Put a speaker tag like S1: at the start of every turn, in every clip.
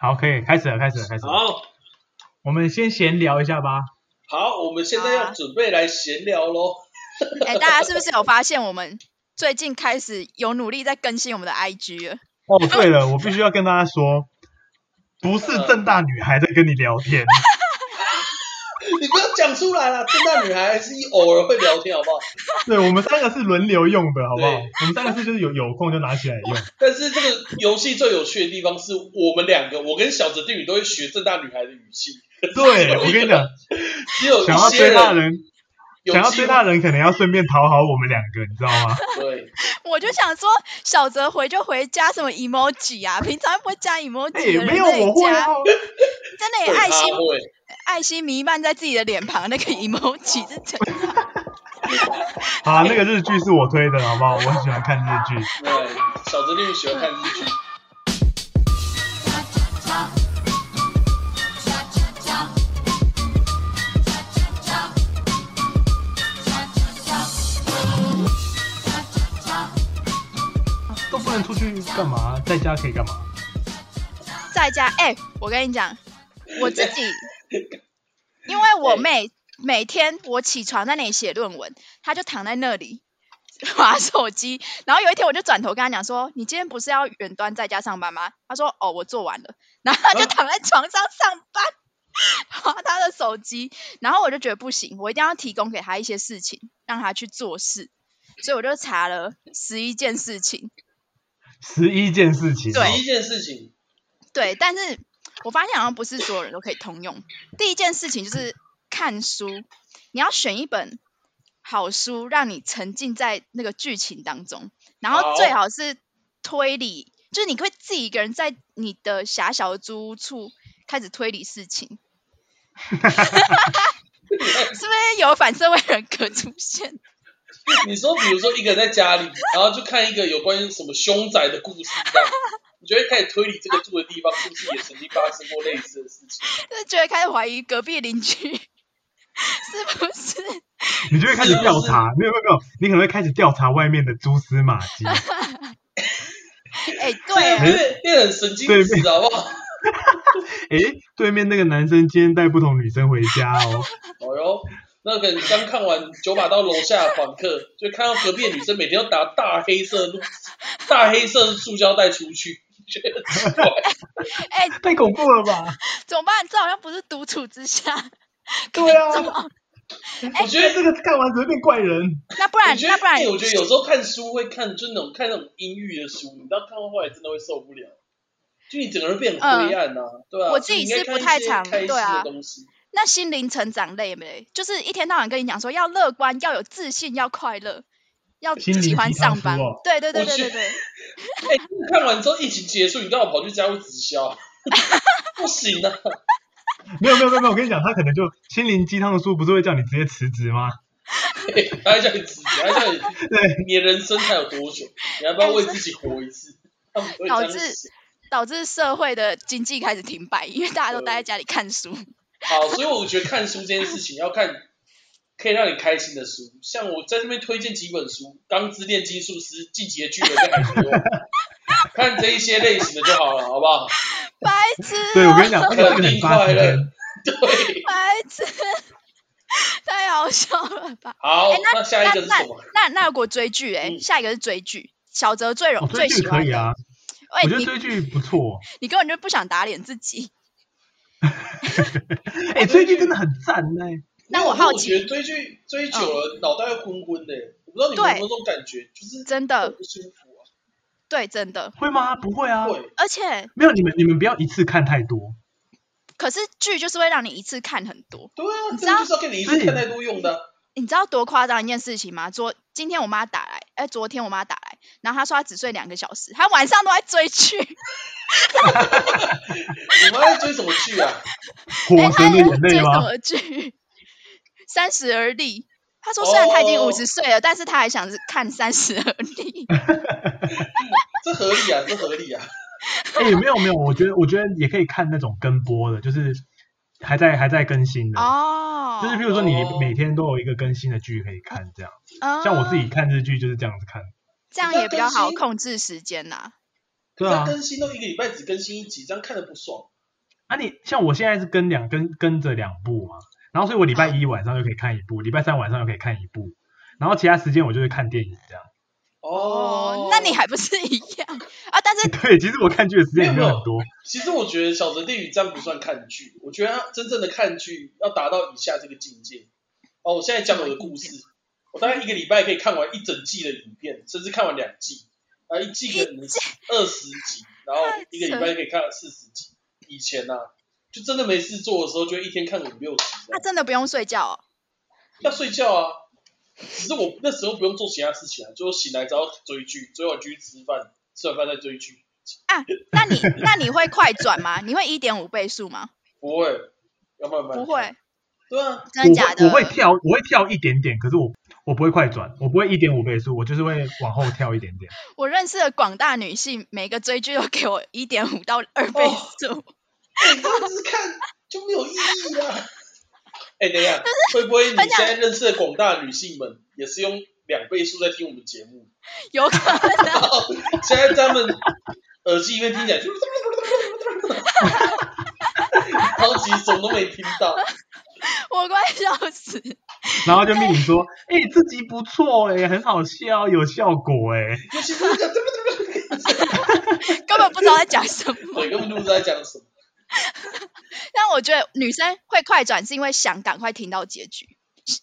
S1: 好，可以开始了，开始了，开始了。
S2: 好，
S1: 我们先闲聊一下吧。
S2: 好，我们现在
S3: 好
S2: 要
S3: 啊
S2: 准备来闲聊喽。
S3: 哎、大家是不是有发现我们最近开始有努力在更新我们的 IG 了？
S1: 哦，对了，我必须要跟大家说，不是正大女孩在跟你聊 天，
S2: 你不要讲出来啦，正大女孩还是偶尔会聊天，好不好？
S1: 对我们三个是轮流用的，好不好
S2: 对？
S1: 我们三个是就是有有空就拿起来 用。
S2: 但是这个游戏最有趣的地方是我们两个，我跟小泽定宇都会学正大女孩的语气，
S1: 对，我跟你讲，
S2: 只有
S1: 想要
S2: 一些
S1: 追她的
S2: 人
S1: 人，
S2: 有
S1: 想要
S2: 机
S1: 追
S2: 会
S1: 她的人，可能要顺便讨好我们两个，你知道吗？
S2: 对，
S3: 我就想说，小泽回就回加什么 emoji 啊，平常不会加 emoji
S1: 哎、
S3: 的人
S1: 没有
S3: 那里
S1: 我会
S3: 加
S1: 啊，
S2: 对
S3: 真的哎耶，爱
S2: 他
S3: 心
S2: 会，
S3: 爱心弥漫在自己的脸庞那个 emoji 是真的。
S1: 好啊，那个日剧是我推的，好不好？我很喜欢看日 剧。
S2: 对，小泽定宇喜欢看日剧。
S1: 都不能出去干嘛？在家可以干嘛？
S3: 在家，哎、我跟你讲，我自己，因为我妹每天我起床在那里写论文，她就躺在那里 划手机。然后有一天我就转头跟她讲说：“你今天不是要远端在家上班吗？”她说：“哦，我做完了。”然后她就躺在床上上班。划她的手机，然后我就觉得不行，我一定要提供给她一些事情，让她去做事，所以我就查了十一件事情，
S1: 十一件事情、
S3: 对
S2: 第一件事情，
S3: 对，但是我发现好像不是所有人都可以通用。第一件事情就是看书，你要选一本好书，让你沉浸在那个剧情当中，然后最好是推理，就是你会自己一个人在你的狭小的租屋处开始推理事情。 是不是有反社会人格出现？
S2: 你说比如说一个人在家里，然后就看一个有关于什么凶宅的故事，这样，你就会开始推理这个住的地方是不是也曾经发生过类似的事情。
S3: 就是觉得开始怀疑隔壁邻居 是不是
S1: 你就会开始调 查，没有没有没有，你可能会开始调查外面的蛛丝马迹。
S3: 哎、对
S2: 对，
S3: 啊，
S2: 变变得很神经质，好不好？
S1: 诶，对面那个男生今天带不同女生回家 哦，
S2: 哦哟，那个你刚看完《九把刀》楼下的访客，就看到隔壁的女生每天要拿大黑色的路大黑色塑胶袋出 去，觉得奇怪。
S3: 哎、
S1: 太恐怖了吧？
S3: 怎么办？这好像不是独处 之下。
S1: 对啊，
S3: 哎
S2: 我觉得
S1: 这个看完只会变怪人。
S3: 那不然
S2: 我觉得
S3: 那不然
S2: 哎，我觉得有时候看书会看，就那种看那种阴郁的书，你知道看到后来真的会受不了，就你整个人变很灰暗呐、对啊。
S3: 呃我自己是不太常
S2: 就你应该看一些开心
S3: 对
S2: 的
S3: 啊
S2: 东西，
S3: 那心灵成长类没？就是一天到晚跟你讲说要乐观，要有自信，要快乐，要
S1: 心灵
S3: 喜欢
S1: 鸡汤
S3: 上班
S1: 书哦。
S3: 对对对
S2: 我
S3: 对
S2: 觉得
S3: 对对，
S2: 哎、看完之后疫情结束，你刚好跑去加入直 销，不行啊，
S1: 没有没有没有没有，我跟你讲，他可能就心灵鸡汤的书不是会叫你直接辞职吗？
S2: 嘿 还叫你直销，还叫你
S1: 对，
S2: 你的人生还有多久？你还不要为自己活一次？他们不会这样想。
S3: 导致社会的经济开始停摆，因为大家都待在家里 看书。
S2: 好，所以我觉得看书这件事情要看可以让你开心的书，像我在这边推荐几本书，《钢之炼金术师》《进击的巨人》跟《海贼王》， 看这一些类型的就好了，好不好？
S3: 白痴
S1: 对我
S3: 哦、
S1: 跟你 讲，这个这个很花时间。
S2: 对，
S3: 白痴， 太好笑了吧？
S2: 好
S3: 哎，
S2: 那下一个是什么？
S3: 那那如果追剧哎、
S2: 嗯
S3: 下一个是追剧，小泽最容、
S1: 哦，追
S3: 最
S1: 剧
S3: 喜
S1: 可
S3: 欢
S1: 以
S3: 的。
S1: 啊，
S3: 喂、
S1: 我觉得
S3: 你
S1: 追剧不错。
S3: 你根本就不想打脸自己。
S1: 哎，追剧真的很赞呢。
S3: 那我好
S2: 因为
S3: 奇嗯
S2: 我觉得追剧追久了，脑袋会昏昏的。我不知道你们有没有这种感觉，就是
S3: 真的
S2: 很不舒服啊。
S3: 对，真的，
S1: 会吗？不会啊，
S2: 会，
S3: 而且
S1: 没有你们你们不要一次看太多。
S3: 可是剧就是会让你一次看很多。
S2: 对啊，
S3: 你
S2: 这
S3: 知
S2: 个
S3: 道
S2: 就是要跟你一次看太多用的啊。
S3: 你知道多夸张一件事情吗？昨今天我妈打来，哎、昨天我妈打来，然后她说她只睡两个小时，她晚上都在追 剧，
S2: 你们在追什么剧啊？
S1: 火
S3: 她
S1: 神的眼
S3: 追
S1: 泪
S3: 哎什
S1: 吗？
S3: 么剧？三十而立。她说虽然她已经
S2: 哦
S3: 五十岁了，但是她还想是看三十而立。
S2: 这合理啊，这合理啊。
S1: 哎、没有没有，我觉得我觉得也可以看那种跟播的，就是还在还在更新的，
S3: 哦，
S1: 嗯就是譬如说你
S2: 哦
S1: 每天都有一个更新的剧可以看，这样。
S3: 嗯
S1: 像我自己看日剧就是这样子看。
S3: 这样也比较好控制时间呐、
S1: 对
S2: 这
S1: 啊，
S2: 更新都一个礼拜只更新一集，这样看着不爽。
S1: 啊你，像我现在是跟两跟跟着两部嘛，然后所以我礼拜一晚上就可以看一部，礼拜三晚上就可以看一部，然后其他时间我就会看电影这样。
S3: 哦，那你还不是一样啊？但是
S1: 对，其实我看剧的时间也没有很多。
S2: 其实我觉得《小泽地狱》这样不算看剧，我觉得它真正的看剧要达到以下这个境界。哦，我现在讲我的故事，我大概一个礼拜可以看完一整季的影片，甚至看完两季，啊，一季可能二十集，然后一个礼拜可以看四十集。以前呐、啊，就真的没事做的时候，就一天看五六集这
S3: 他
S2: 样。
S3: 真的不用睡觉、哦，
S2: 要睡觉啊，只是我那时候不用做其他事情啊，就醒来只要追剧，追完剧吃饭，吃完饭再追剧。
S3: 啊？那你那你会快转吗？你会一点五倍速吗？
S2: 不会，要慢慢。
S3: 不会，。
S2: 对啊，
S3: 真的假的？
S1: 我会我会跳，我会跳一点点，可是我我不会快转，我不会一点五倍速，我就是会往后跳一点点。
S3: 我认识的广大女性，每个追剧都给我一点五到二倍速，
S2: 哎你这样子看就没有意义啦、 哎、等一下，会不会你
S3: 很
S2: 现
S3: 想
S2: 在认识的广大女性们也是用两倍速在听我们节目？
S3: 有可能。啊
S2: 现在他们耳机里面听起来就， 然后其实什么都没听到。
S3: 我快笑死！
S1: 然后就命你说，哎、这集不错哎、很好笑，有效果哎、
S2: 尤其是那个，
S3: 根本不知道在讲什么。
S2: 对，根本就不知道在讲什么。
S3: 但我觉得女生会快转是因为想赶快听到结局。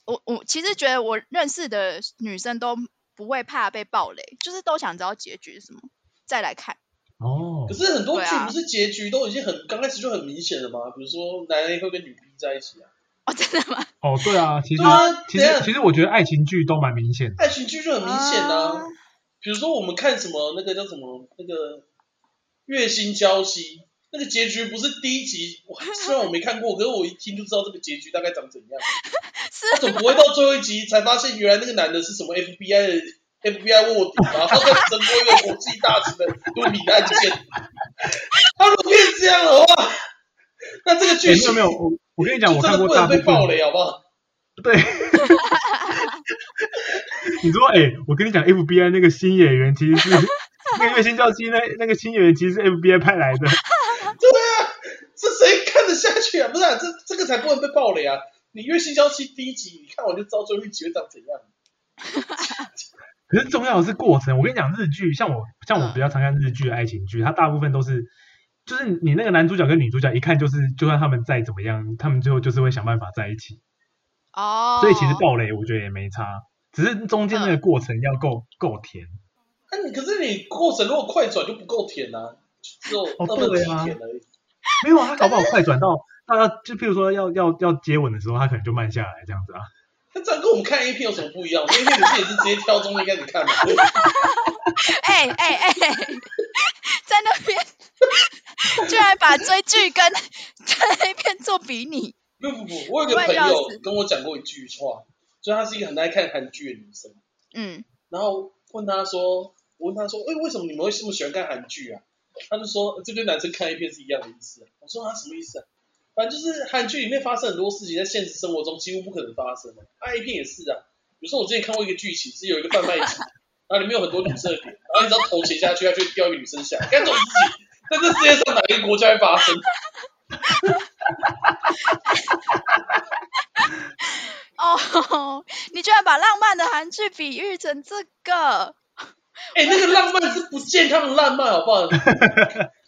S3: 我我其实觉得我认识的女生都不会怕被暴雷，就是都想知道结局是什么，再来看。
S1: 哦
S2: 可，是很多
S3: 对
S2: 剧
S3: 啊
S2: 不是结局都已经很刚开始就很明显了吗？比如说男 A 会跟女 B 在一起啊，
S3: 哦，真的吗？
S1: 哦，对啊，其实、
S2: 对啊
S1: 其
S2: 等一
S1: 实
S2: 下
S1: 其实我觉得爱情剧都蛮明显的。
S2: 爱情剧就很明显啊
S3: 啊。
S2: 比如说我们看什么那个叫什么那个月薪娇妻，那个结局不是第一集，哇虽然我没看过，可是我一听就知道这个结局大概长怎样。
S3: 是
S2: 他总不会到最后一集才发现原来那个男的是什么 FBI 的 FBI 卧底，然后再整播一个国际大型的毒品案件。他如果变这样的话，那这个
S1: 哎、
S2: 剧
S1: 没有
S2: 情
S1: 没有，我我跟你讲，
S2: 就
S1: 我
S2: 真
S1: 看
S2: 的
S1: 过
S2: 不
S1: 大
S2: 能
S1: 部
S2: 被爆
S1: 分。
S2: 雷，好不好？
S1: 对。你说，哎、我跟你讲，FBI 那个新演员其实是 那个月薪娇妻，那那个新演员其实是 FBI 派来的。
S2: 这谁看得下去啊？不是、啊，这这个才不能被爆雷啊！你月薪消息第一集，你看完就知道最后一集会长怎样。
S1: 可是重要的是过程。我跟你讲，日剧像我像我比较常看日剧的爱情剧，它大部分都是就是你那个男主角跟女主角一看就是，就算他们再怎么样，他们最后就是会想办法在一起。
S3: 哦，
S1: 所以其实暴雷我觉得也没差，只是中间那个过程要够够甜。
S2: 那、你可是你过程如果快转就不够甜啊，只有那么几
S1: 对啊
S2: 甜而已。
S1: 没有啊，他搞不好快转到大家就譬如说要要要接吻的时候，他可能就慢下来这样子啊。
S2: 那、这样跟我们看 A 片有什么不一样？我们 A 片不是也是直接挑中间开始看 吗？
S3: 哎哎哎， 在那边居然把追剧跟在那边做比拟，
S2: 不不不，我有个朋友跟我讲过一句话，就她是一个很爱看韩剧的女生，
S3: 嗯，
S2: 然后问她说，我问她说，哎、为什么你们会这么喜欢看韩剧啊？她就说，这跟男生看 A 片是一样的意思、啊。我说啊，什么意思啊？反正就是韩剧里面发生很多事情，在现实生活中几乎不可能发生的、啊。A 片也是啊。比如说我之前看过一个剧情，是有一个贩卖机，然后里面有很多女生的脸，然后你只要头切下去，它就会掉一个女生下来。干这种事情，在这世界上哪一个国家会发生？
S3: 哦，你居然把浪漫的韩剧比喻成这个，
S2: 哎、那个浪漫是不健康的浪漫，好不好？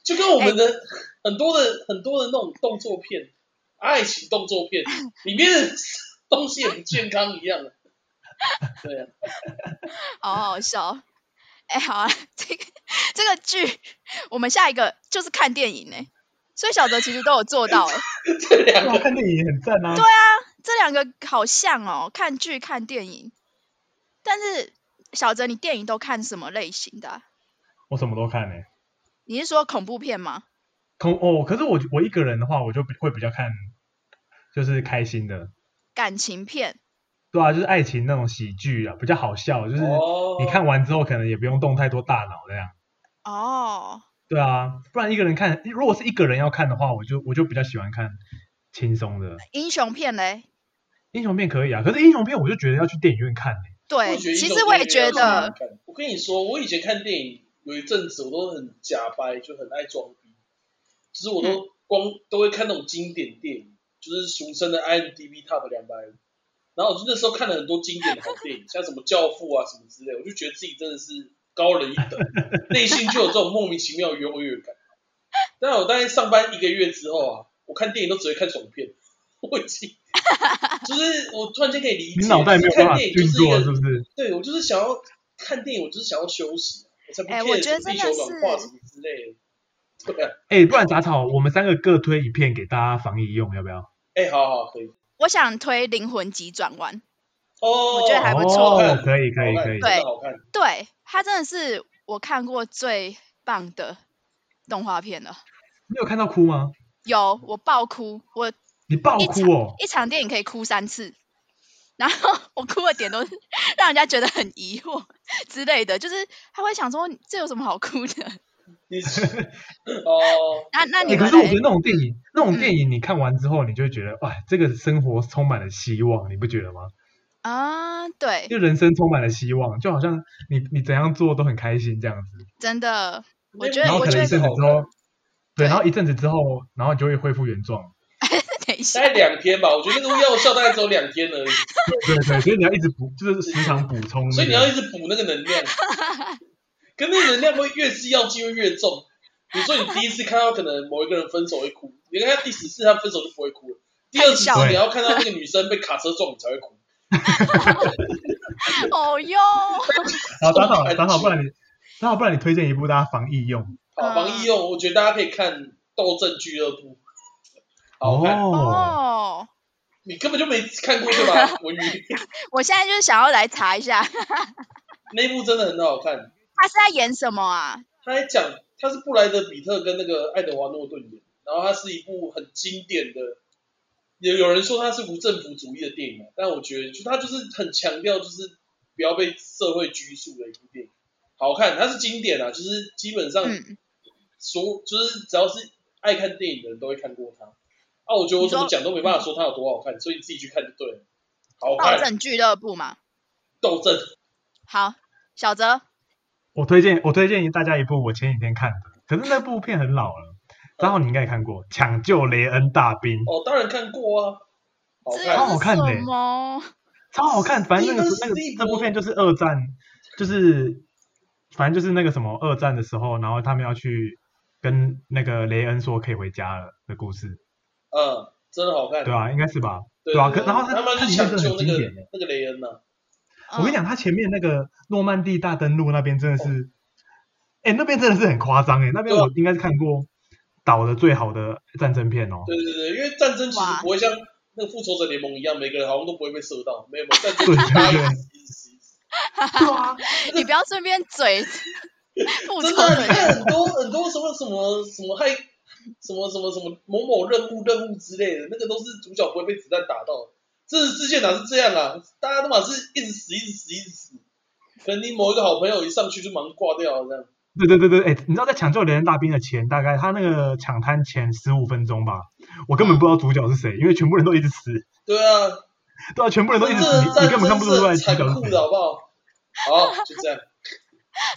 S2: 就跟我们
S1: 哎
S2: 的、很多的很多的那种动作片、爱情动作片里面的东西也不健康一样啊。对啊，
S3: 好好笑。哎、好啊，这个这个剧，我们下一个就是看电影呢、所以小泽其实都有做到哎、
S2: 这两
S1: 哇，
S2: 个
S1: 看电影也很赞啊。
S3: 对啊，这两个好像哦，看剧看电影。但是小泽，你电影都看什么类型的啊、
S1: 我什么都看呢、欸。
S3: 你是说恐怖片吗？
S1: 恐哦，可是我我一个人的话，我就比会比较看就是开心的，
S3: 感情片？
S1: 对啊，就是爱情那种喜剧啊，比较好笑，就是
S2: 哦，
S1: 你看完之后可能也不用动太多大脑那样。
S3: 哦，
S1: 对啊，不然一个人看，如果是一个人要看的话，我就我就比较喜欢看轻松的
S3: 英雄片嘞？
S1: 英雄片可以啊，可是英雄片我就觉得要去电影院看、欸、
S3: 对，
S2: 我觉得
S3: 其
S2: 一种
S3: 实我也
S2: 电影
S3: 觉
S2: 要
S3: 得
S2: 看，。我跟你说，我以
S1: 嗯
S2: 前看电影有一阵子，我都很假掰，就很爱装逼，只是我都光都会看那种经典电影，就是俗称的 IMDB Top 两百五。然后我就那时候看了很多经典的好 电影，像什么《教父》啊什么之类，我就觉得自己真的是高人一 等，内心就有这种莫名其妙的优越感。但我大概上班一个月之后啊，我看电影都只会看爽片，我已经就是我突然间可以理 解，
S1: 你脑袋没有办
S2: 看
S1: 法
S2: 电影就
S1: 运
S2: 是一
S1: 作，
S2: 个
S1: 是不是？
S2: 对我就是想要看电影，我就是想要休息啊，我才不
S3: 哎
S2: care
S3: 我觉得
S2: 什么地
S3: 真的
S2: 球暖化
S3: 是
S2: 什么之类的。对啊，
S1: 哎、不然杂草，我们三个各推一片给大家防疫用，要不要？
S2: 哎、好好可以。
S3: 我想推《灵魂急转弯》，
S2: 哦，
S3: 我觉得还不错
S2: 好
S1: 哦
S2: 看，
S1: 可以可以
S2: 好看
S1: 可以。
S2: 真的好看。
S3: 对，它真的是我看过最棒的动画片了。
S1: 你有看到哭吗？
S3: 有我爆哭，我
S1: 你爆
S3: 一
S1: 哭哦！
S3: 一场电影可以哭三次，然后 我哭的点都是让人家觉得很疑惑 之类的，就是他会想说这有什么好哭的？
S2: 你哦，
S3: 那那
S1: 哎、
S3: 你
S1: 可
S3: 们
S1: 是我
S3: 来
S1: 觉得那种电
S3: 嗯
S1: 影，那种电影你看完之后，你就会觉得，哎，这个生活充满了希望，你不觉得吗？
S3: 啊，对，
S1: 就人生充满了希望，就好像你你怎样做都很开心这样子。
S3: 真的，我觉
S2: 对
S3: 得
S1: 然后
S3: 我
S1: 可
S3: 觉
S1: 能一
S3: 得
S1: 阵子之
S2: 好
S1: 后，对，
S3: 对
S1: 然后一阵子之后，然后你就会恢复原状。
S3: 等一下
S2: 大，概两天吧，我觉得那个药效大概只有两天 而已，
S1: 对对，所以你要一直补，就是时常补充、那个。
S2: 所以你要一直补那个能 量，跟那个能量会越是药剂会越重。比如说你第一次看到可能某一个人分手会哭，你看他第十次他分手就不会哭了，第二十
S3: 太
S1: 笑
S2: 次
S1: 了
S2: 你要看到那个女生被卡车撞你才会哭。
S3: 哦哟，
S1: 好，打好打好，不然你打好，不然你推荐一部大家防疫用。
S2: 好，防疫啊用，我觉得大家可以看《斗阵俱乐部》，好看。
S1: 哦，
S3: 哦，
S2: 你根本就没看过对吧？文宇
S3: 我现在就是想要来查一下，
S2: 那部真的很好看，
S3: 他是在演什么啊？
S2: 他还讲他是布莱德比特跟那个爱德华诺顿演，然后它是一部很经典的，有有人说它是无政府主义的电影嘛，但我觉得就它就是很强调就是不要被社会拘束的一部电影，好看，它是经典啊，就是基本上
S3: 嗯，
S2: 所就是只要是爱看电影的人都会看过它。啊，我觉得我怎么讲都没办法说它有多好看，所以你自己去看就对了。好
S3: 暴
S2: 看，
S3: 政俱乐部嘛。
S2: 斗争，
S3: 好，小泽，
S1: 我推荐我推荐大家一部我前几天看的，可是那部片很老了，然后你应该也看过《抢救雷恩大兵》，
S2: 哦，当然看过啊，好
S3: 这
S2: 看。
S1: 超
S3: 又
S1: 好
S3: 是哦
S1: 看的
S3: 什么？
S1: 超好看。反正那个
S2: 史
S1: 那个
S2: 蒂
S1: 这部
S2: 夫
S1: 片就是二战，就是反正就是那个什么二战的时候，然后他们要去跟那个雷恩说可以回家了的故事，
S2: 嗯，真的好看。
S1: 对啊，应该是吧？
S2: 对
S1: 对啊可然后他
S2: 他们
S1: 他
S2: 就
S1: 里面
S2: 抢
S1: 真的
S2: 救
S1: 很
S2: 那
S1: 经
S2: 个
S1: 典欸
S2: 那个雷恩呐、
S1: 我跟你
S3: 嗯，
S1: 讲，他前面那个诺曼底大登陆那边真的是，哎、那边真的是很夸张哎，那边
S2: 对啊
S1: 我应该是看过导的最好的战争片哦。
S2: 对对对，因为战争其实
S3: 哇
S2: 不会像那个复仇者联盟一样，每个人好像都不会被射到，没有没 有，战争
S1: 对
S2: 就
S1: 对
S2: 是打一
S1: 对
S2: 直死一直死一直死
S1: 对啊，
S3: 你不要顺便 嘴复仇
S2: 真的，
S3: 者
S2: 你看很多很多什么什么什么害什么什么什么某某任务任务之类的，那个都是主角不会被子弹打到。这世界哪是这样啊？大家都嘛是一直死一直死一直死，可能你某一个好朋友一上去就马上挂掉了这样。
S1: 对对对对，哎、你知道在抢救连人大兵的前，大概他那个抢滩前十五分钟吧，我根本不知道主角是谁，因为全部人都一直死，
S2: 对啊，
S1: 对啊，全部人都一直死，
S2: 这
S1: 你
S2: 战
S1: 你根本看
S2: 争
S1: 不出来
S2: 是
S1: 主角
S2: 残
S1: 是
S2: 酷
S1: 谁
S2: 的。好不好？好，就这样。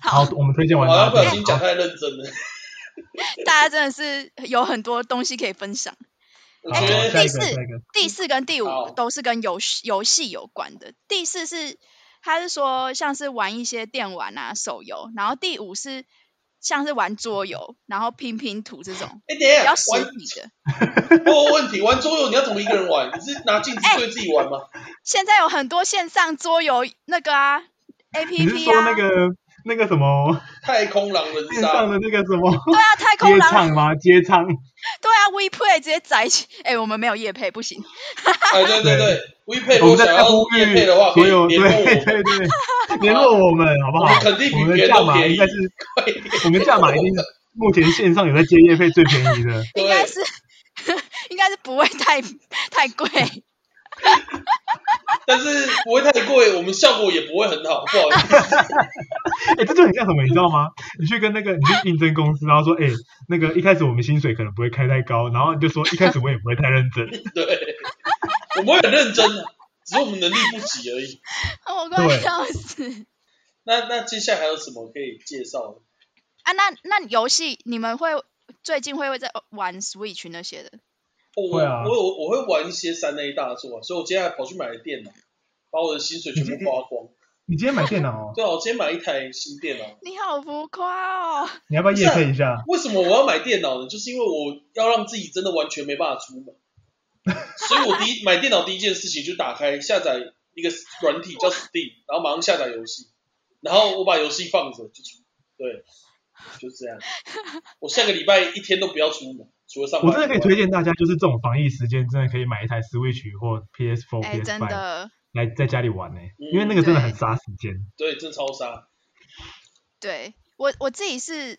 S1: 好
S3: 好，，
S1: 我们推荐
S2: 我
S1: 完
S2: 好
S1: 大家
S2: 像不小心讲太认真了。
S3: 大家真的是有很多东西可以分享。
S2: 我
S1: 好，
S2: 觉得
S3: 哎
S1: 下一
S3: 第
S1: 个
S3: 四
S1: 下一个，
S3: 第四跟第
S2: 好
S3: 五都是跟游戏游戏有关的。第四是他是说像是玩一些电玩啊、手游，然后第五是像是玩桌游，然后拼拼图这种
S2: 哎，等一
S3: 比
S2: 下
S3: 较，实
S2: 玩
S3: 体的。
S2: 我有问题，玩桌游你要同一个人玩，你是拿镜子对自己玩吗？
S3: 现在有很多线上桌游那个啊
S1: 你是
S3: APP
S1: 说
S3: 啊，
S1: 那个那个什么
S2: 太空狼人
S1: 线
S2: 杀
S1: 哎上，的那个什么
S3: 对啊，太空
S1: 接
S3: 狼
S1: 唱吗？接唱，
S3: 对啊，WePlay 直接载起，哎、我们没有夜配，不行。
S2: 哎，对对对
S1: 我
S2: ，WePay 如
S1: 们
S2: 果
S1: 在
S2: 想要
S1: 呼
S2: 夜配
S1: 吁
S2: 的话，可
S1: 所
S2: 以
S1: 有
S2: 联络我
S1: 对
S2: 们，
S1: 对对，联络我们好不
S2: 我
S1: 好
S2: 们？肯定比
S1: 我们的
S2: 别人
S1: 价
S2: 都
S1: 码
S2: 便宜
S1: 应该是，
S2: 快一点
S1: 我们价码一定是目前线上有在接业费最便宜的。
S3: 应该
S2: 对，
S3: 是 应该是不会太太贵。
S2: 但是不会太贵，我们效果也不会很好，不好意思。
S1: 哎，这就很像什么，你知道吗？你去跟那个你去应征公司，然后说，哎，那个一开始我们薪水可能不会开太高，然后你就说一开始我也不会太认真。
S2: 对，我们会很认真的，只是我们能力不及而已。
S3: 我快
S1: 对
S3: 笑死
S2: 那那接下来还有什么可以介绍的？
S3: 啊！那那游戏你们会最近会会在玩 Switch 那些的。
S2: 哦我
S1: 会啊
S2: 我有我会玩一些三 A 大作啊，所以我接下来跑去买了电脑，把我的薪水全部花光。
S4: 你今天买电脑哦，
S2: 对啊，我今天买一台新电脑。
S3: 你好浮夸哦！
S4: 你要不要夜配一下？
S2: 为什么我要买电脑呢？就是因为我要让自己真的完全没办法出门，所以我第一买电脑第一件事情就打开下载一个软体叫 Steam，然后马上下载游戏，然后我把游戏放着就出，对，就这样。我下个礼拜一天都不要出门，除了上班
S1: 我
S2: 以
S1: 真
S2: 外。
S1: 的可以推荐大家，就是这种防疫时间，真的可以买一台 Switch 或 PS4、
S3: 哎，真
S1: PS5
S3: 的，
S1: 来在家里玩呢、欸
S2: 嗯
S1: 因为那个真的
S3: 对
S1: 很杀时间。
S2: 对，真的超杀。
S3: 对我我自己是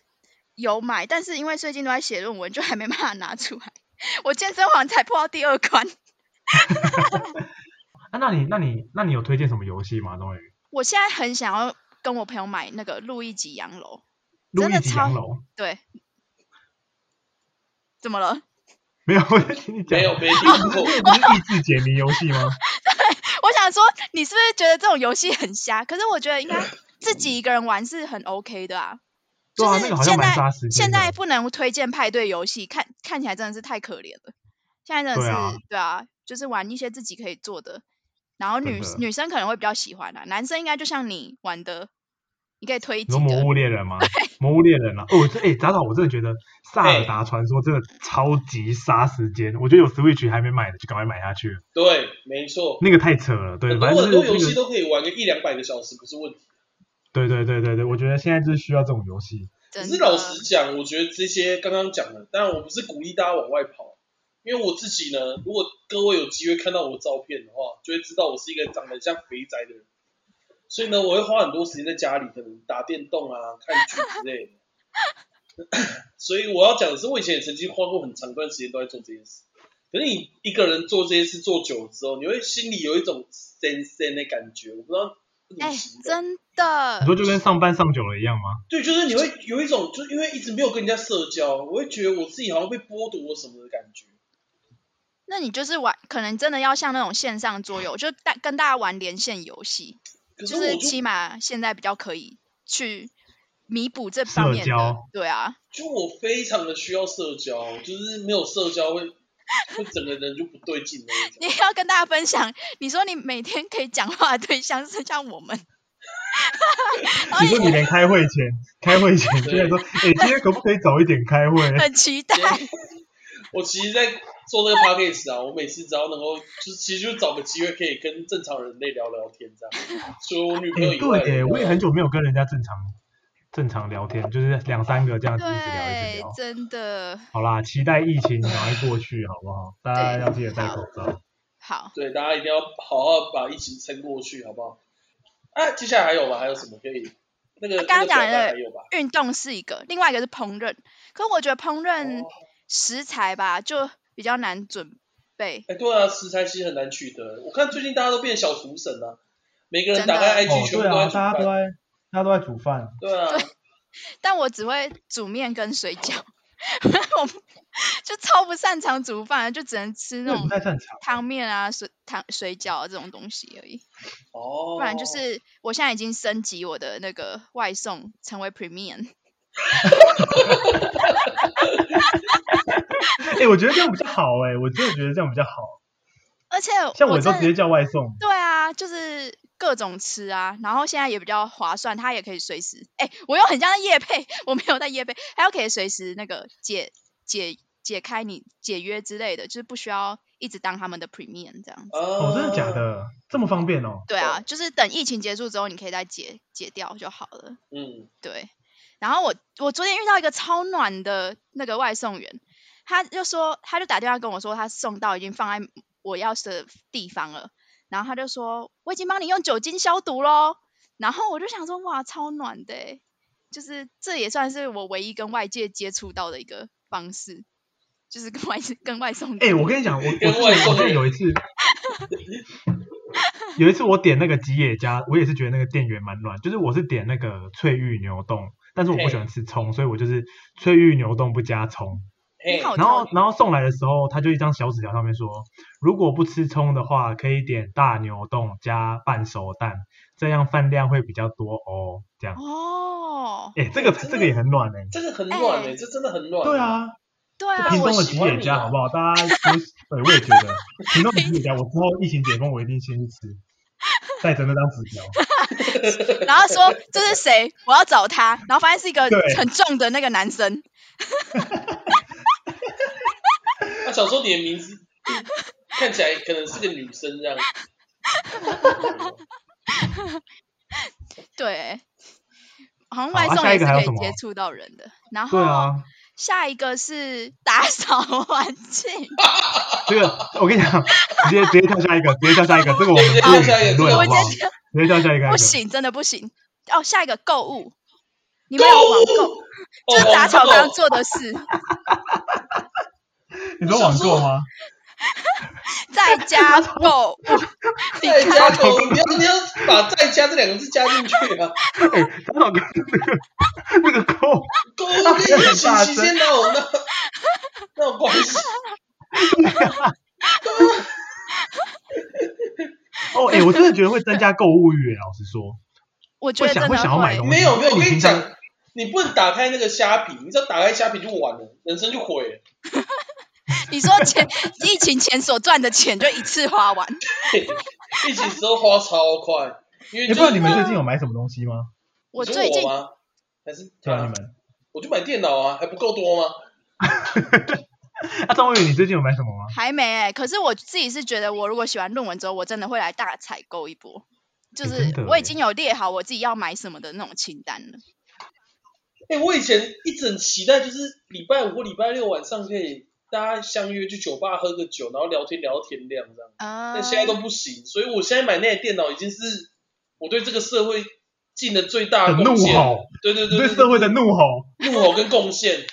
S3: 有买，但是因为最近都在写论文，就还没办法拿出来。 我健身房才破到第二关，
S1: 啊，那你那你那你有推荐什么游戏吗？终于，
S3: 我现在很想要跟我朋友买那个《路易吉洋楼》，
S1: 路
S3: 真的
S1: 易吉
S3: 超
S1: 洋楼
S3: 对，怎么了？
S1: 没有？我在听你讲，
S2: 没有没听过，
S1: 不是益智解谜游戏 吗？
S3: 我想说，你是不是觉得这种游戏很瞎？可是我觉得应该自己一个人玩是很 OK 的啊。
S1: 对啊，那
S3: 就是
S1: 个好像
S3: 现
S1: 蛮
S3: 在
S1: 杀时间
S3: 现
S1: 的。
S3: 在不能推荐派对游戏，看看起来真的是太可怜了。现在真的是
S1: 对啊
S3: 对啊，就是玩一些自己可以做的，然后女
S1: 真的
S3: 女生可能会比较喜欢啊，男生应该就像你玩的，你可以推
S1: 你说《
S3: 荐
S1: 魔
S3: 的。
S1: 物猎人》吗？《魔物猎人》啊，哦，这哎，早早我真的觉得《萨尔
S2: 哎
S1: 达传说》真的超级杀时间，我觉得有 Switch 还没买的就赶快买下去，
S2: 对，没错。
S1: 那个太扯了，对，
S2: 很多
S1: 反正
S2: 很
S1: 就是
S2: 多
S1: 那
S2: 游戏
S1: 个，
S2: 都可以玩个一两百个小时，不是问题。
S1: 对对对对对，我觉得现在就是需要这种游戏，
S3: 真
S2: 可是
S3: 的
S2: 老实讲，我觉得这些刚刚讲的，当然我不是鼓励大家往外跑，因为我自己呢，如果各位有机会看到我的照片的话，就会知道我是一个长得像肥宅的人，所以呢，我会花很多时间在家里，可能打电动啊、看剧之类的。 所以我要讲的是，我以前也曾经花过很长一段时间都在做这件事。可是你一个人做这些事做久了之后，你会心里有一种深深的感觉，我不知道怎么
S3: 哎、
S2: 形容。
S3: 真
S1: 你
S3: 的，
S1: 说就跟上班上久了一样吗？
S2: 对，就是你会有一种，就是因为一直没有跟人家社交，我会觉得我自己好像被剥夺了什么的感觉。
S3: 那你就是玩，可能真的要像那种线上桌游，就大跟大家玩连线游戏，
S2: 可
S3: 就
S2: 我
S3: 是
S2: 就
S3: 起码现在比较可以去弥补这方面的
S1: 交，
S3: 对啊，
S2: 就我非常的需要社交，就是没有社交会会整个人就不对劲的那种。
S3: 你要跟大家分享，你说你每天可以讲话的对象是像 我们，然后
S4: 你说你连开会前，开会前
S2: 对
S4: 就在说，哎，今天可不可以早一点开会？
S3: 很期待，
S2: 我其实，在做这个 podcast 啊，我每次只要能够，就是其实就找个机会可以跟正常人类聊聊天这样。除了我女朋友
S1: 哎，
S2: 以外，
S1: 对耶，我也很久没有跟人家正常正常聊天，就是两三个这样子一直聊一直
S3: 对
S1: 聊，。
S3: 真的
S1: 好啦，期待疫情赶快过去，好不好？大家要记得戴口罩。
S3: 好，
S2: 对大家一定要好好把疫情撑过去，好不好？啊，接下来还有吧？还有什么可以？那个
S3: 刚刚讲的
S2: 那个表单还有吧？
S3: 运动是一个，另外一个是烹饪，可我觉得烹饪
S2: 哦
S3: 食材吧就比较难准备，
S2: 哎，对啊，食材其实很难取得。我看最近大家都变小厨神了、每个人
S3: 真的
S2: 打开
S4: 哦
S2: IG，全部
S4: 对
S2: 都在
S4: 啊，
S2: 煮
S4: 大家都
S2: 饭。
S4: 在，大家都在煮饭。
S2: 对啊，
S3: 但我只会煮面跟水饺， 我不就超不擅长煮饭，就只能吃那
S4: 那 不
S3: 种
S4: 太擅长。
S3: 汤面啊、水汤水饺、啊、这种东西而已。
S2: 哦，
S3: 不然就是我现在已经升级我的那个外送成为 Premium，
S4: 哎，我觉得这样比较好哎，我真的觉得这样比较好。
S3: 而且
S4: 像我都
S3: 真
S4: 直
S3: 的
S4: 接叫外送，
S3: 对啊，就是各种吃啊，然后现在也比较划算，它也可以随时，哎、我又很像在夜配，我没有在夜配，还有可以随时那个解解解开你解约之类的，就是不需要一直当他们的 Premium 这样。
S2: 哦
S4: 哦，真的假？的？这么方便哦？
S3: 对啊，就是等疫情结束之后，你可以再解解掉就好了。
S2: 嗯，
S3: 对，然后我我昨天遇到一个超暖的那个外送员，他就说他就打电话跟我说他送到已经放在我要的地方了，然后他就说我已经帮你用酒精消毒喽，然后我就想说哇超暖的欸，就是这也算是我唯一跟外界接触到的一个方式，就是跟外跟外送
S1: 哎、
S3: 员
S1: 我跟你讲，我我之
S2: 跟外
S1: 前我
S2: 送
S1: 之前
S2: 员
S1: 有一次，有一次我点那个吉野家，我也是觉得那个店员蛮暖，就是我是点那个翠玉牛冻，但是我不喜欢吃葱，所以我就是翠玉牛冻不加葱，
S2: 嘿
S3: 你好
S5: 然后
S3: 教育
S5: 然后送来的时候，他就一张小纸条上面说，如果不吃葱的话，可以点大牛冻加半熟蛋，这样饭量会比较多哦。这样，
S3: 哦，
S5: 哎、这个
S2: 真的
S5: 这个也很暖哎、
S2: 这个很暖哎、
S3: 哎
S2: 这真的很暖。
S1: 对，啊，
S3: 对 啊，
S1: 屏
S2: 我
S1: 东的
S2: 喜
S1: 吉
S2: 欢
S1: 野
S2: 你
S1: 家
S2: 啊
S1: 好不好？大家都，对，我也觉得屏东的吉野家，我之后疫情解封，我一定先去吃，带着那张纸条。
S3: 然后说这是谁，我要找他，然后发现是一个
S1: 对
S3: 很重的那个男生，
S2: 他小时候你的名字看起来可能是个女生这样。
S3: 对，好像
S5: 好
S3: 外
S5: 啊
S3: 送
S5: 下一
S3: 也
S5: 个
S3: 是
S5: 还有
S3: 可以
S5: 什么
S3: 接触到人的。然
S5: 对
S3: 后
S5: 啊，
S3: 下一个是打扫 环境，
S5: 这个我跟你讲，直接直接跳下一个，直接跳下一个，这个我们
S2: 直接
S5: 不用
S2: 跳下一个
S5: 评论
S2: 这个
S5: 好
S3: 我
S5: 不好？
S3: 真
S5: 直
S3: 的
S5: 接跳下一个，
S3: 不行，真的不行。哦，下一个购物， 你们有网购，
S2: 哦
S3: 就是打草刚
S2: 网
S3: 刚
S2: 购
S3: 做的事，
S1: 你说网 购吗？
S3: 在家购物，你
S2: 在
S3: 看
S2: 家购物，你要你要把在家这两个字加进去 啊！
S5: 哎，他老哥那个扣，
S2: 购物跟疫情期间哪有那那有关系？
S5: 哦，哎、我真的觉得会增加购物欲，老实说，
S3: 我觉得
S5: 想
S3: 真
S5: 会
S3: 的
S5: 想要买东西
S2: 没有没有，我跟你
S5: 你平
S2: 讲，你不能打开那个虾皮，你只要打开虾皮就完了，人生就毁了。
S3: 你说钱，疫情前所赚的钱就一次花完，
S2: 疫情时候花超快，因为
S1: 也哎不
S2: 就
S1: 知道你们最近有买什么东西吗？
S3: 我
S2: 你说
S3: 最近
S2: 吗还是
S1: 对啊，你们
S2: 我就买电脑啊，还不够多吗？
S5: 啊，张伟宇，你最近有买什么吗？
S3: 还没哎、可是我自己是觉得，我如果写完论文之后，我真的会来大采购一波。就
S5: 欸
S3: 是
S5: 真的
S3: 我
S5: 欸
S3: 已经有列好我自己要买什么的那种清单了。
S2: 哎、我以前一直很期待，就是礼拜五或礼拜六晚上可以大家相约去酒吧喝个酒，然后聊天聊到天亮这样。
S3: 啊、
S2: 但现在都不行，所以我现在买那台电脑已经是我对这个社会尽的最大的
S1: 的怒
S2: 贡献。
S1: 吼，
S2: 对对
S1: 你
S2: 对
S1: 对
S2: 对
S1: 社会的怒吼，
S2: 对怒吼跟贡献，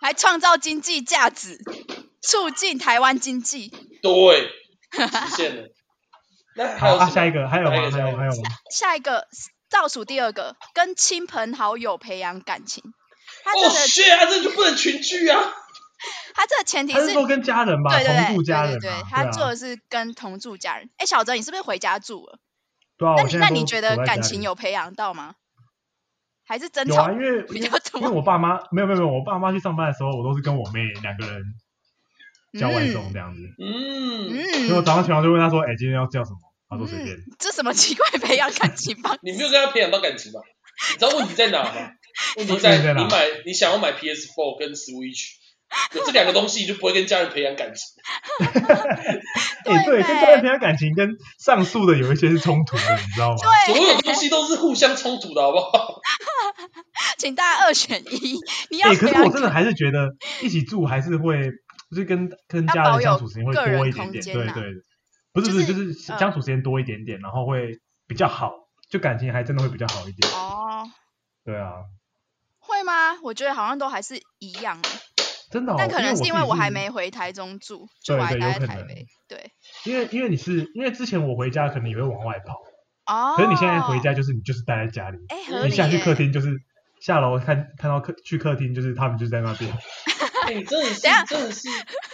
S3: 还创造经济价值，促进台湾经济。
S2: 对，实现了。那还
S1: 好
S2: 有什
S1: 啊，
S2: 么？
S1: 下一个还有
S2: 下一
S1: 吗？
S2: 个
S1: 还有还有吗？
S3: 下一个倒数第二个，跟亲朋好友培养感情。他这
S2: 哦
S3: 个、
S2: shit 啊，这就不能群聚啊！
S3: 他这个前提
S1: 他
S3: 是
S1: 是说跟家人吧，
S3: 对对
S1: 同
S3: 对
S1: 住家
S3: 对
S1: 人
S3: 对对
S1: 嘛，，
S3: 他
S1: 对
S3: 做
S1: 啊
S3: 的是跟同住家人。哎、小哲，你是不是回家住了？
S1: 对啊。
S3: 那
S1: 我
S3: 你
S1: 现
S3: 那
S1: 在都
S3: 你觉得
S1: 躲在家
S3: 感情
S1: 里
S3: 有培养到吗？还是争
S1: 有
S3: 吵
S1: 啊？因为
S3: 比
S1: 因为
S3: 较
S1: 因为
S3: 多？
S1: 我爸妈没有没有没有，我爸妈去上班的时候，我都是跟我妹两个人叫外送这样子。
S2: 嗯，
S1: 所以我
S3: 嗯，
S1: 早上起床就问他说：“哎、今天要叫什么？”他说：“随便。
S3: 嗯这什么奇怪培养感情 方
S2: 你没有跟他培养到感情吧？你知道问题在哪 吗？问题
S1: 问题在
S2: 在
S1: 哪
S2: 你买你想要买 PS4 跟 Switch，有这两个东西你就不会跟家人培养感情。
S1: 哎、
S3: 对
S1: 对，
S3: 呗
S1: 跟家人培养感情跟上述的有一些是冲突的，你知道吗？
S2: 所
S3: 对，
S2: 有东西都是互相冲突的，好不 好？
S3: 啊请大家二选一，你要
S1: 哎、
S3: 培
S1: 可是
S3: 养
S1: 我真的还是觉得一起住还是会，就是跟跟
S3: 要
S1: 家
S3: 保
S1: 人相
S3: 有
S1: 处时间会
S3: 个人
S1: 多一点
S3: 空
S1: 点，
S3: 间
S1: 对
S3: 呐
S1: 对。不是
S3: 就
S1: 不是，
S3: 是
S1: 就是
S3: 嗯
S1: 相处时间多一点点，然后会比较好，就感情还真的会比较好一点。
S3: 哦，
S1: 对啊，
S3: 会吗？我觉得好像都还是一样的，
S1: 真的、哦。
S3: 但可能
S1: 是
S3: 是因为我还，没回台中住，就我还
S1: 对对
S3: 待
S1: 有
S3: 在
S1: 可
S3: 台
S1: 能
S3: 北。对，
S1: 因为因为你是因为之前我回家可能也会往外跑，
S3: 哦。
S1: 可是你现在回，家就是你就是待在家里，
S3: 哎，合
S1: 你
S3: 理
S1: 下去
S3: 耶。
S1: 客厅就是下楼看看到客去客厅就是他们就在那边，
S2: 哎、你真的是
S3: 等一下
S2: 真的是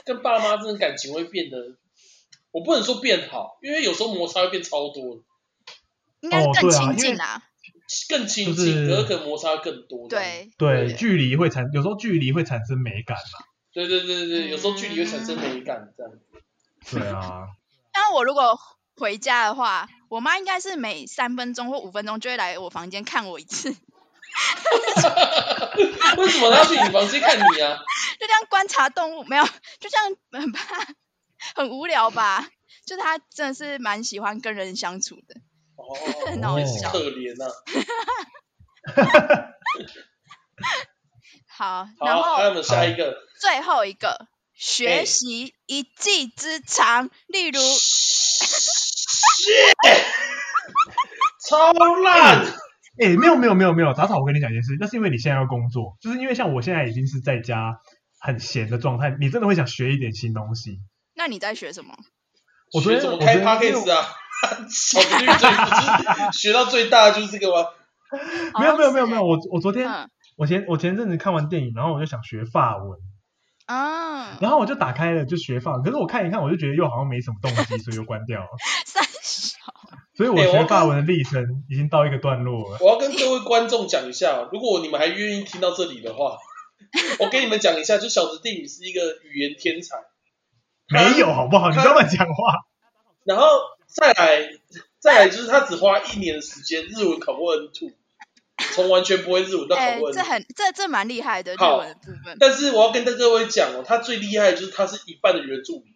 S2: 跟爸妈真的感情会变得，我不能说变好，因为有时候摩擦会变超多，
S3: 应该是
S1: 哦
S3: 更
S1: 对啊因
S3: 亲
S1: 为
S3: 近啦。
S2: 更亲
S1: 就
S2: 近，
S1: 是
S2: 可是可能摩擦更多。
S3: 对
S1: 对，
S2: 对
S1: 距离会产有时候距离会产生美感嘛，
S2: 对对对对，有时候距离会产生美感，这样。
S1: 对 啊，
S3: 但我如果回家的话，我妈应该是每三分钟或五分钟就会来我房间看我一次，就嗯
S2: 为什么他要去你房间看你 啊？
S3: 这样观察动物，没有，就这样很怕，很无聊吧？就是她真的是蛮喜欢跟人相处的，
S2: 哦，
S3: 很好笑。
S2: 可怜啊！
S3: 好，然
S2: 好，还有
S3: 后
S2: 没有下一个？
S3: 最后一个。
S2: 哎
S3: 学习一技之长，例如
S2: 超烂！
S1: 哎、没有没有没有没有，杂草，我跟你讲一件事，那是因为你现在要工作，就是因为像我现在已经是在家很闲的状态，你真的会想学一点新东西。
S3: 那你在学什么？
S1: 我昨天
S2: 学怎么
S1: 我昨
S2: 开
S1: 天
S2: podcast 啊？ 小频率最不是学到最大的就是这个吗？
S3: 好
S1: 没有
S3: 像
S2: 啊
S1: 没有没有
S3: 是
S1: 没有，我我昨天、
S3: 嗯，
S1: 我前我前阵子看完电影，然后我就想学法文，
S3: 啊，
S4: 然后我就打开了就学法文，可是我看一看，我就觉得又好像没什么动机，所以又关掉了。
S3: 三小，
S4: 所以我
S2: 哎我
S4: 学法
S2: 刚
S4: 文的历程已经到一个段落了。
S2: 我要跟各位观众讲一下，哦如果你们还愿意听到这里的话，我跟你们讲一下，就小子弟你是一个语言天才，
S4: 没有好不好？你不要乱讲话。
S2: 然后再来再来就是他只花一年的时间日文考过 N two，从完全不会日文到考
S3: 哎、
S2: 过 N
S3: 这
S2: two。
S3: 很这这蛮厉害的日
S2: 好
S3: 文的部分，
S2: 但是我要跟各位讲哦，他最厉害的就是他是一半的原住民，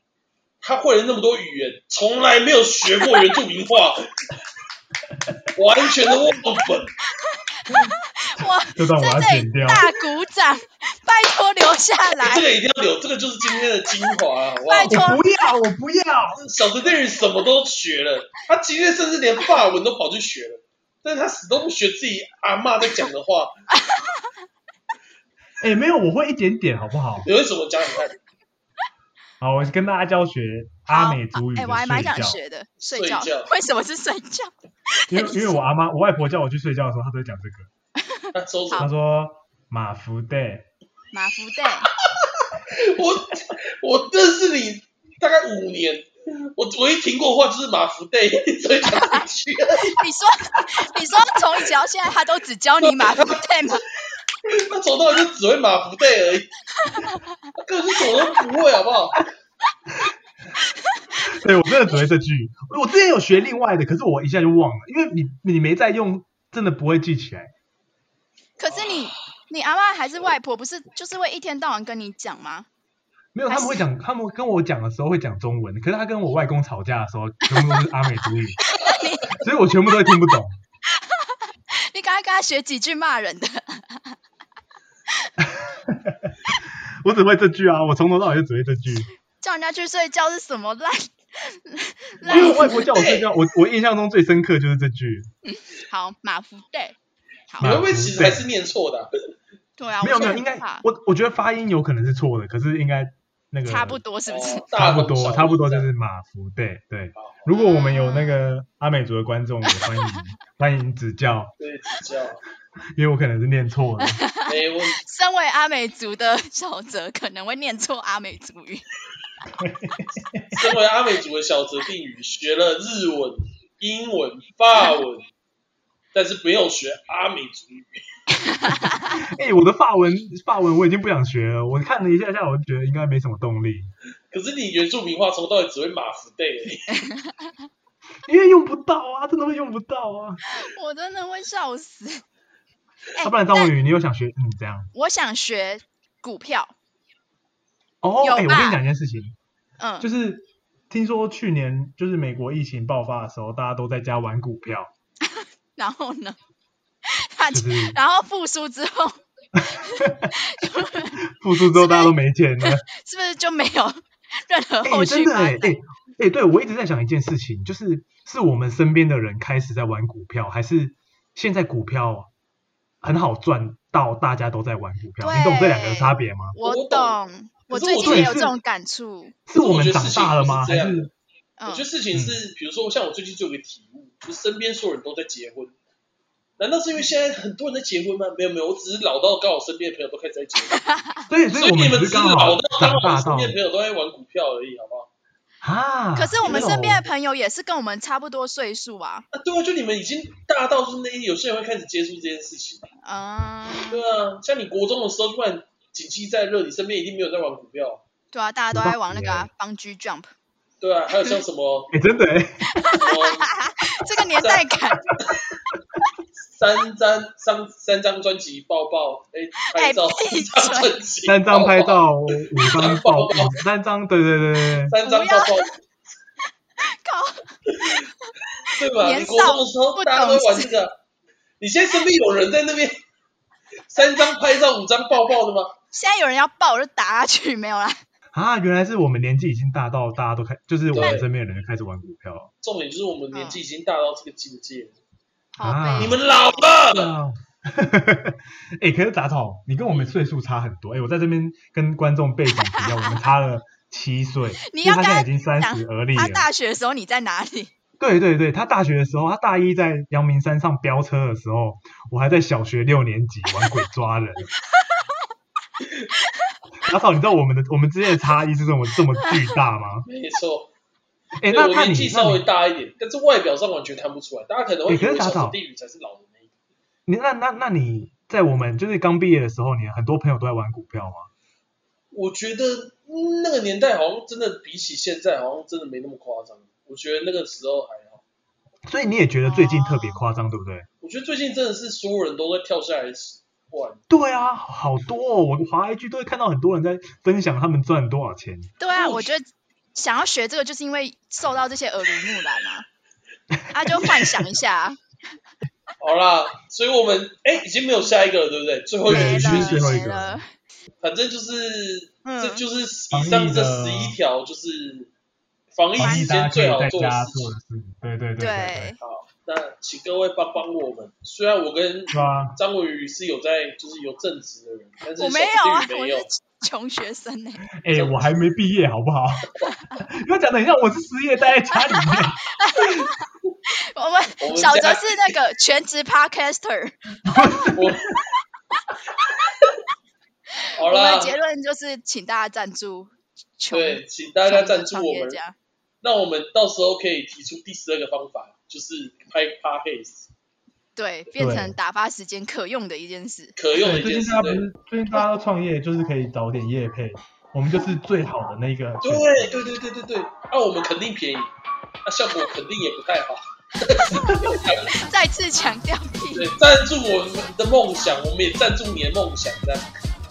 S2: 他会了那么多语言，从来没有学过原住民话，完全的忘本。
S3: 哇，
S4: 这段我要
S3: 在这
S4: 剪
S3: 里
S4: 掉。
S3: 大鼓掌，拜托留下
S2: 这
S3: 来，
S2: 个一定要留，这个就是今天的精华，啊好不好
S3: 拜？托
S4: 我不要，我不要。
S2: 小泽定律什么都学了，他今天甚至连法文都跑去学了，但是他死都不学自己阿嬷在讲的话。
S4: 哎，没有，我会一点点，好不好？
S2: 你为什么讲讲看？
S4: 好，我跟大家教学阿美族语
S3: 哎、
S4: 的
S3: 我还蛮
S4: 睡
S3: 想
S4: 觉，
S3: 学的，睡
S2: 睡
S3: 觉
S2: 觉，
S3: 为什么是睡觉？
S4: 因为因为我阿妈我外婆叫我去睡觉的时候，她都会讲这个。
S2: 他收手
S3: 好。
S4: 她说马福代，
S3: 马福袋，
S2: 我我认识你大概五年，我唯一听过话就是马福 day，所以讲这句。
S3: 你说 你说从以前到现在，他都只教你马 福袋吗？
S2: 他从头到尾就只会马福 day 而已，他根本就什么都不会，好不好？
S4: 对我真的只会这句。
S1: 我之前有学另外的，可是我一下就忘了，因为你你没在用，真的不会记起来。
S3: 可是你你阿妈还是外婆，不是就是会一天到晚跟你讲吗？
S1: 没有，他们会讲，他们跟我讲的时候会讲中文，可是他跟我外公吵架的时候，全部都是阿美 族语，所以我全部都会听不懂。
S3: 你赶快跟他学几句骂人的，
S1: 我只会这句啊，我从头到尾就只会这句。
S3: 叫人家去睡觉是什么烂？
S1: 因为我外婆叫我睡觉，我我印象中最深刻就是这句。
S3: 好，马福袋，好
S1: 马
S2: 你，会不会其实还是念错的啊、
S3: 对啊，
S1: 没有
S3: 我
S1: 没有，
S3: 觉得
S1: 应该
S3: 很怕
S1: 我我觉得发音有可能是错的，可是应该那个
S3: 差不多是不是？
S2: 哦
S1: 差不多差不多就。
S2: 大同小异这样哦
S1: 是马福对对
S2: 好。
S4: 如果我们有那个阿美族的观众，也欢 迎
S1: 欢迎指教，
S2: 对，指教，哎
S1: 因为我可能是念错了。
S2: 没问题。
S3: 身为阿美族的小泽可能会念错阿美族语，
S2: 身为阿美族的小泽定语，学了日文、英文、法文，但是没有学阿美族语。
S1: 哎、我的法文法文我已经不想学了，我看了一下下，我就觉得应该没什么动力，
S2: 可是你原住民话从头到尾只会马福 day，而已
S1: 因为用不到啊，真的会用不到啊。
S3: 我真的会笑死。哎
S1: 要、不然张文宇，你有想学嗯这样？
S3: 我想学股票，
S1: 哦，
S3: 有
S1: 哎、我跟
S3: 吧
S1: 你讲一件事情，
S3: 嗯，
S4: 就是听说去年就是美国疫情爆发的时候，大家都在家玩股票，
S3: 啊然后呢， 他
S1: 就
S3: 就是然后复苏之后，
S1: 复苏之后大家都没钱了。
S3: 是不是就没有 任何
S1: 哎、
S3: 后
S1: 真
S3: 续
S1: 的
S3: 发
S1: 哎
S3: 展？
S1: 哎哎，对我一直在想一件事情，就是是我们身边的人开始在玩股票，还是现在股票很好赚到大家都在玩股票？你懂这两个的差别吗？
S3: 我
S2: 我
S3: 懂，
S2: 可
S3: 我
S2: 是
S3: 最
S2: 我
S3: 近
S1: 对
S3: 也有
S1: 是
S3: 这种感触。
S1: 是我们长大了吗？
S2: 可是我觉得事情不
S1: 还是
S2: 是这样我觉，得事情
S3: 嗯
S2: 是，比如说像我最近就有个体悟，就是身边所有人都在结婚，难道是因为现在很多人在结婚吗？没有没有，我只是老到刚好身边的朋友都开始在结婚，
S1: 对，
S2: 所
S1: 所
S2: 以
S1: 以我
S2: 你
S1: 只
S2: 们
S1: 是
S2: 只
S1: 刚
S2: 老
S1: 好
S2: 到
S1: 长
S2: 刚
S1: 大
S2: 好身
S1: 到
S2: 边的朋友都在玩股票而已，好不好？
S1: 啊。
S3: 可是我们
S1: 真的
S3: 身边
S1: 哦
S3: 的朋友也是跟我们差不多岁数啊，
S2: 啊，对啊，就你们已经大到就是那有些人会开始接触这件事情，对
S3: 嗯，
S2: 啊，像你国中的时候，突然景气再热，你身边一定没有在玩股票，
S3: 对啊，大家都在玩那个
S1: 我
S3: 啊方 G Jump，
S2: 对啊，还有像什么
S1: 哎、真的哎、
S2: 什么
S3: 这个年代感，
S2: 三张三三张专辑抱抱，哎，拍照
S3: 哎闭
S2: 三
S3: 嘴
S2: 张专辑，
S1: 三张拍
S2: 抱抱，
S1: 照，五 张抱抱，三张，对对对对对。
S2: 三张
S3: 不要
S2: 抱抱。
S3: 靠，
S2: 对吧？
S3: 年
S2: 你
S3: 少
S2: 国中的时候
S3: 不
S2: 大家都
S3: 懂
S2: 会玩这个啊，你现在身边有人在那边三张拍照五张抱抱的吗？
S3: 现在有人要抱我就打下去，没有啦，
S1: 啊，原来是我们年纪已经大到大家都开，就是我们
S2: 对
S1: 身边的人就开始玩股票了。
S2: 重点就是我们年纪已经大到这个境界了，
S3: 好
S1: 啊
S3: 悲
S2: 你，们老了。
S1: 啊，哎、可是杂草，你跟我们岁数差很多。哎、我在这边跟观众背景提一下，我们差了七岁，
S3: 你
S4: 因为
S3: 要
S4: 他现
S3: 跟
S4: 在已经
S3: 他
S4: 三十而立
S1: 啊
S3: 他
S4: 了。
S3: 大学的时候你在哪里？
S1: 对对对，他大学的时候，他大一在阳明山上飙车的时候，我还在小学六年级玩鬼抓人。 杂草，你知道我们的我们之间的差异是这么这么巨大吗？
S2: 没错，
S1: 哎、
S2: 对
S1: 那
S2: 我
S1: 那
S2: 年
S1: 你
S2: 纪
S1: 那
S2: 稍
S1: 你
S2: 微大一点，但是外表上完全看不出来，大家可能会
S1: 欸
S2: 以
S1: 可是
S2: 为
S1: 打
S2: 小
S1: 扫
S2: 地女才是老的那一个。
S1: 你那那那你在我们就是刚毕业的时候，你很多朋友都在玩股票吗？
S2: 我觉得嗯那个年代好像真的比起现在，好像真的没那么夸张。我觉得那个时候还好。
S1: 所以你也觉得最近特别夸张，对不对？
S2: 我觉得最近真的是所有人都在跳下来玩，
S1: 对啊，好多哦！我滑 IG 都会看到很多人在分享他们赚多少钱。
S3: 对啊，
S2: 我
S3: 我觉得想要学这个，就是因为受到这些耳濡目染啊，啊，就幻想一 下啊，
S2: 好啦，所以我们哎已经没有下一个了，对不对？最后一
S3: 没
S2: 个
S1: 已
S3: 了
S1: 经是最后一
S3: 没
S1: 个
S3: 了
S1: 了，
S2: 反正就是、
S3: 嗯
S2: 这就是以上这十一条就是防疫
S4: 防疫
S2: 期
S4: 大家
S2: 间
S4: 可以
S2: 最好
S4: 在
S2: 做的
S4: 家
S2: 事
S4: 做
S2: 情
S4: 的。事情，对对对对
S3: 对，
S2: 好，那请各位帮帮我们。虽然我跟
S4: 是吧？
S2: 张文宇是有在就是有正职的人，但是
S3: 我
S2: 小
S3: 没有啊
S2: 弟，宇
S3: 我
S2: 没有。
S3: 是 穷学生欸呢、
S4: 哎、我还没毕业，好不好？不要讲的很像我是失业待在家里面。
S3: 我
S2: 我们
S3: 们小
S2: 家
S3: 泽是那个全职 podcaster，
S2: 我好
S3: 我们
S2: 啦
S3: 的，结论就是请大家赞助穷
S2: 对，请大家赞助
S3: 穷的
S2: 我
S3: 创业
S2: 们，
S3: 家
S2: 让我们到时候可以提出第十二个方法，就是拍 podcast
S3: 对，变
S4: 对
S3: 成打发时间可用的一件事。
S2: 可用
S4: 对，
S2: 的一
S4: 最
S2: 件
S4: 近
S2: 事。
S4: 大家不
S2: 对
S4: 是最近大家都创业，就是可以找点业配，我们就是最好的那个。
S2: 对对对对对对，那、我们肯定便宜，那、效果肯定也不太好。
S3: 再次强调屁
S2: 对，赞助我们的梦想，我们也赞助你的梦想，这样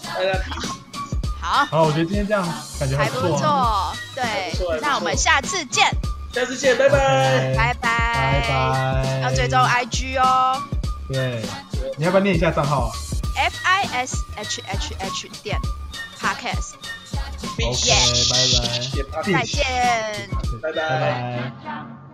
S2: 大家
S3: 好，
S4: 好，我觉得今天这样感觉
S3: 还
S4: 还
S3: 不
S4: 错啊，
S3: 错，
S2: 还
S3: 对
S2: 不错还不，
S3: 那我们
S2: 错
S3: 下次见，
S2: 下次见，拜拜。
S4: 拜
S3: 拜拜，
S4: 拜，
S3: 要追踪 IG 哦
S4: 对，你要不要念一下账号啊
S3: ，F I S H H H 点 podcast，
S4: ？OK，
S2: Bitch
S4: 拜拜，
S2: 也怕
S3: 再见。
S2: 拜拜
S4: 拜拜。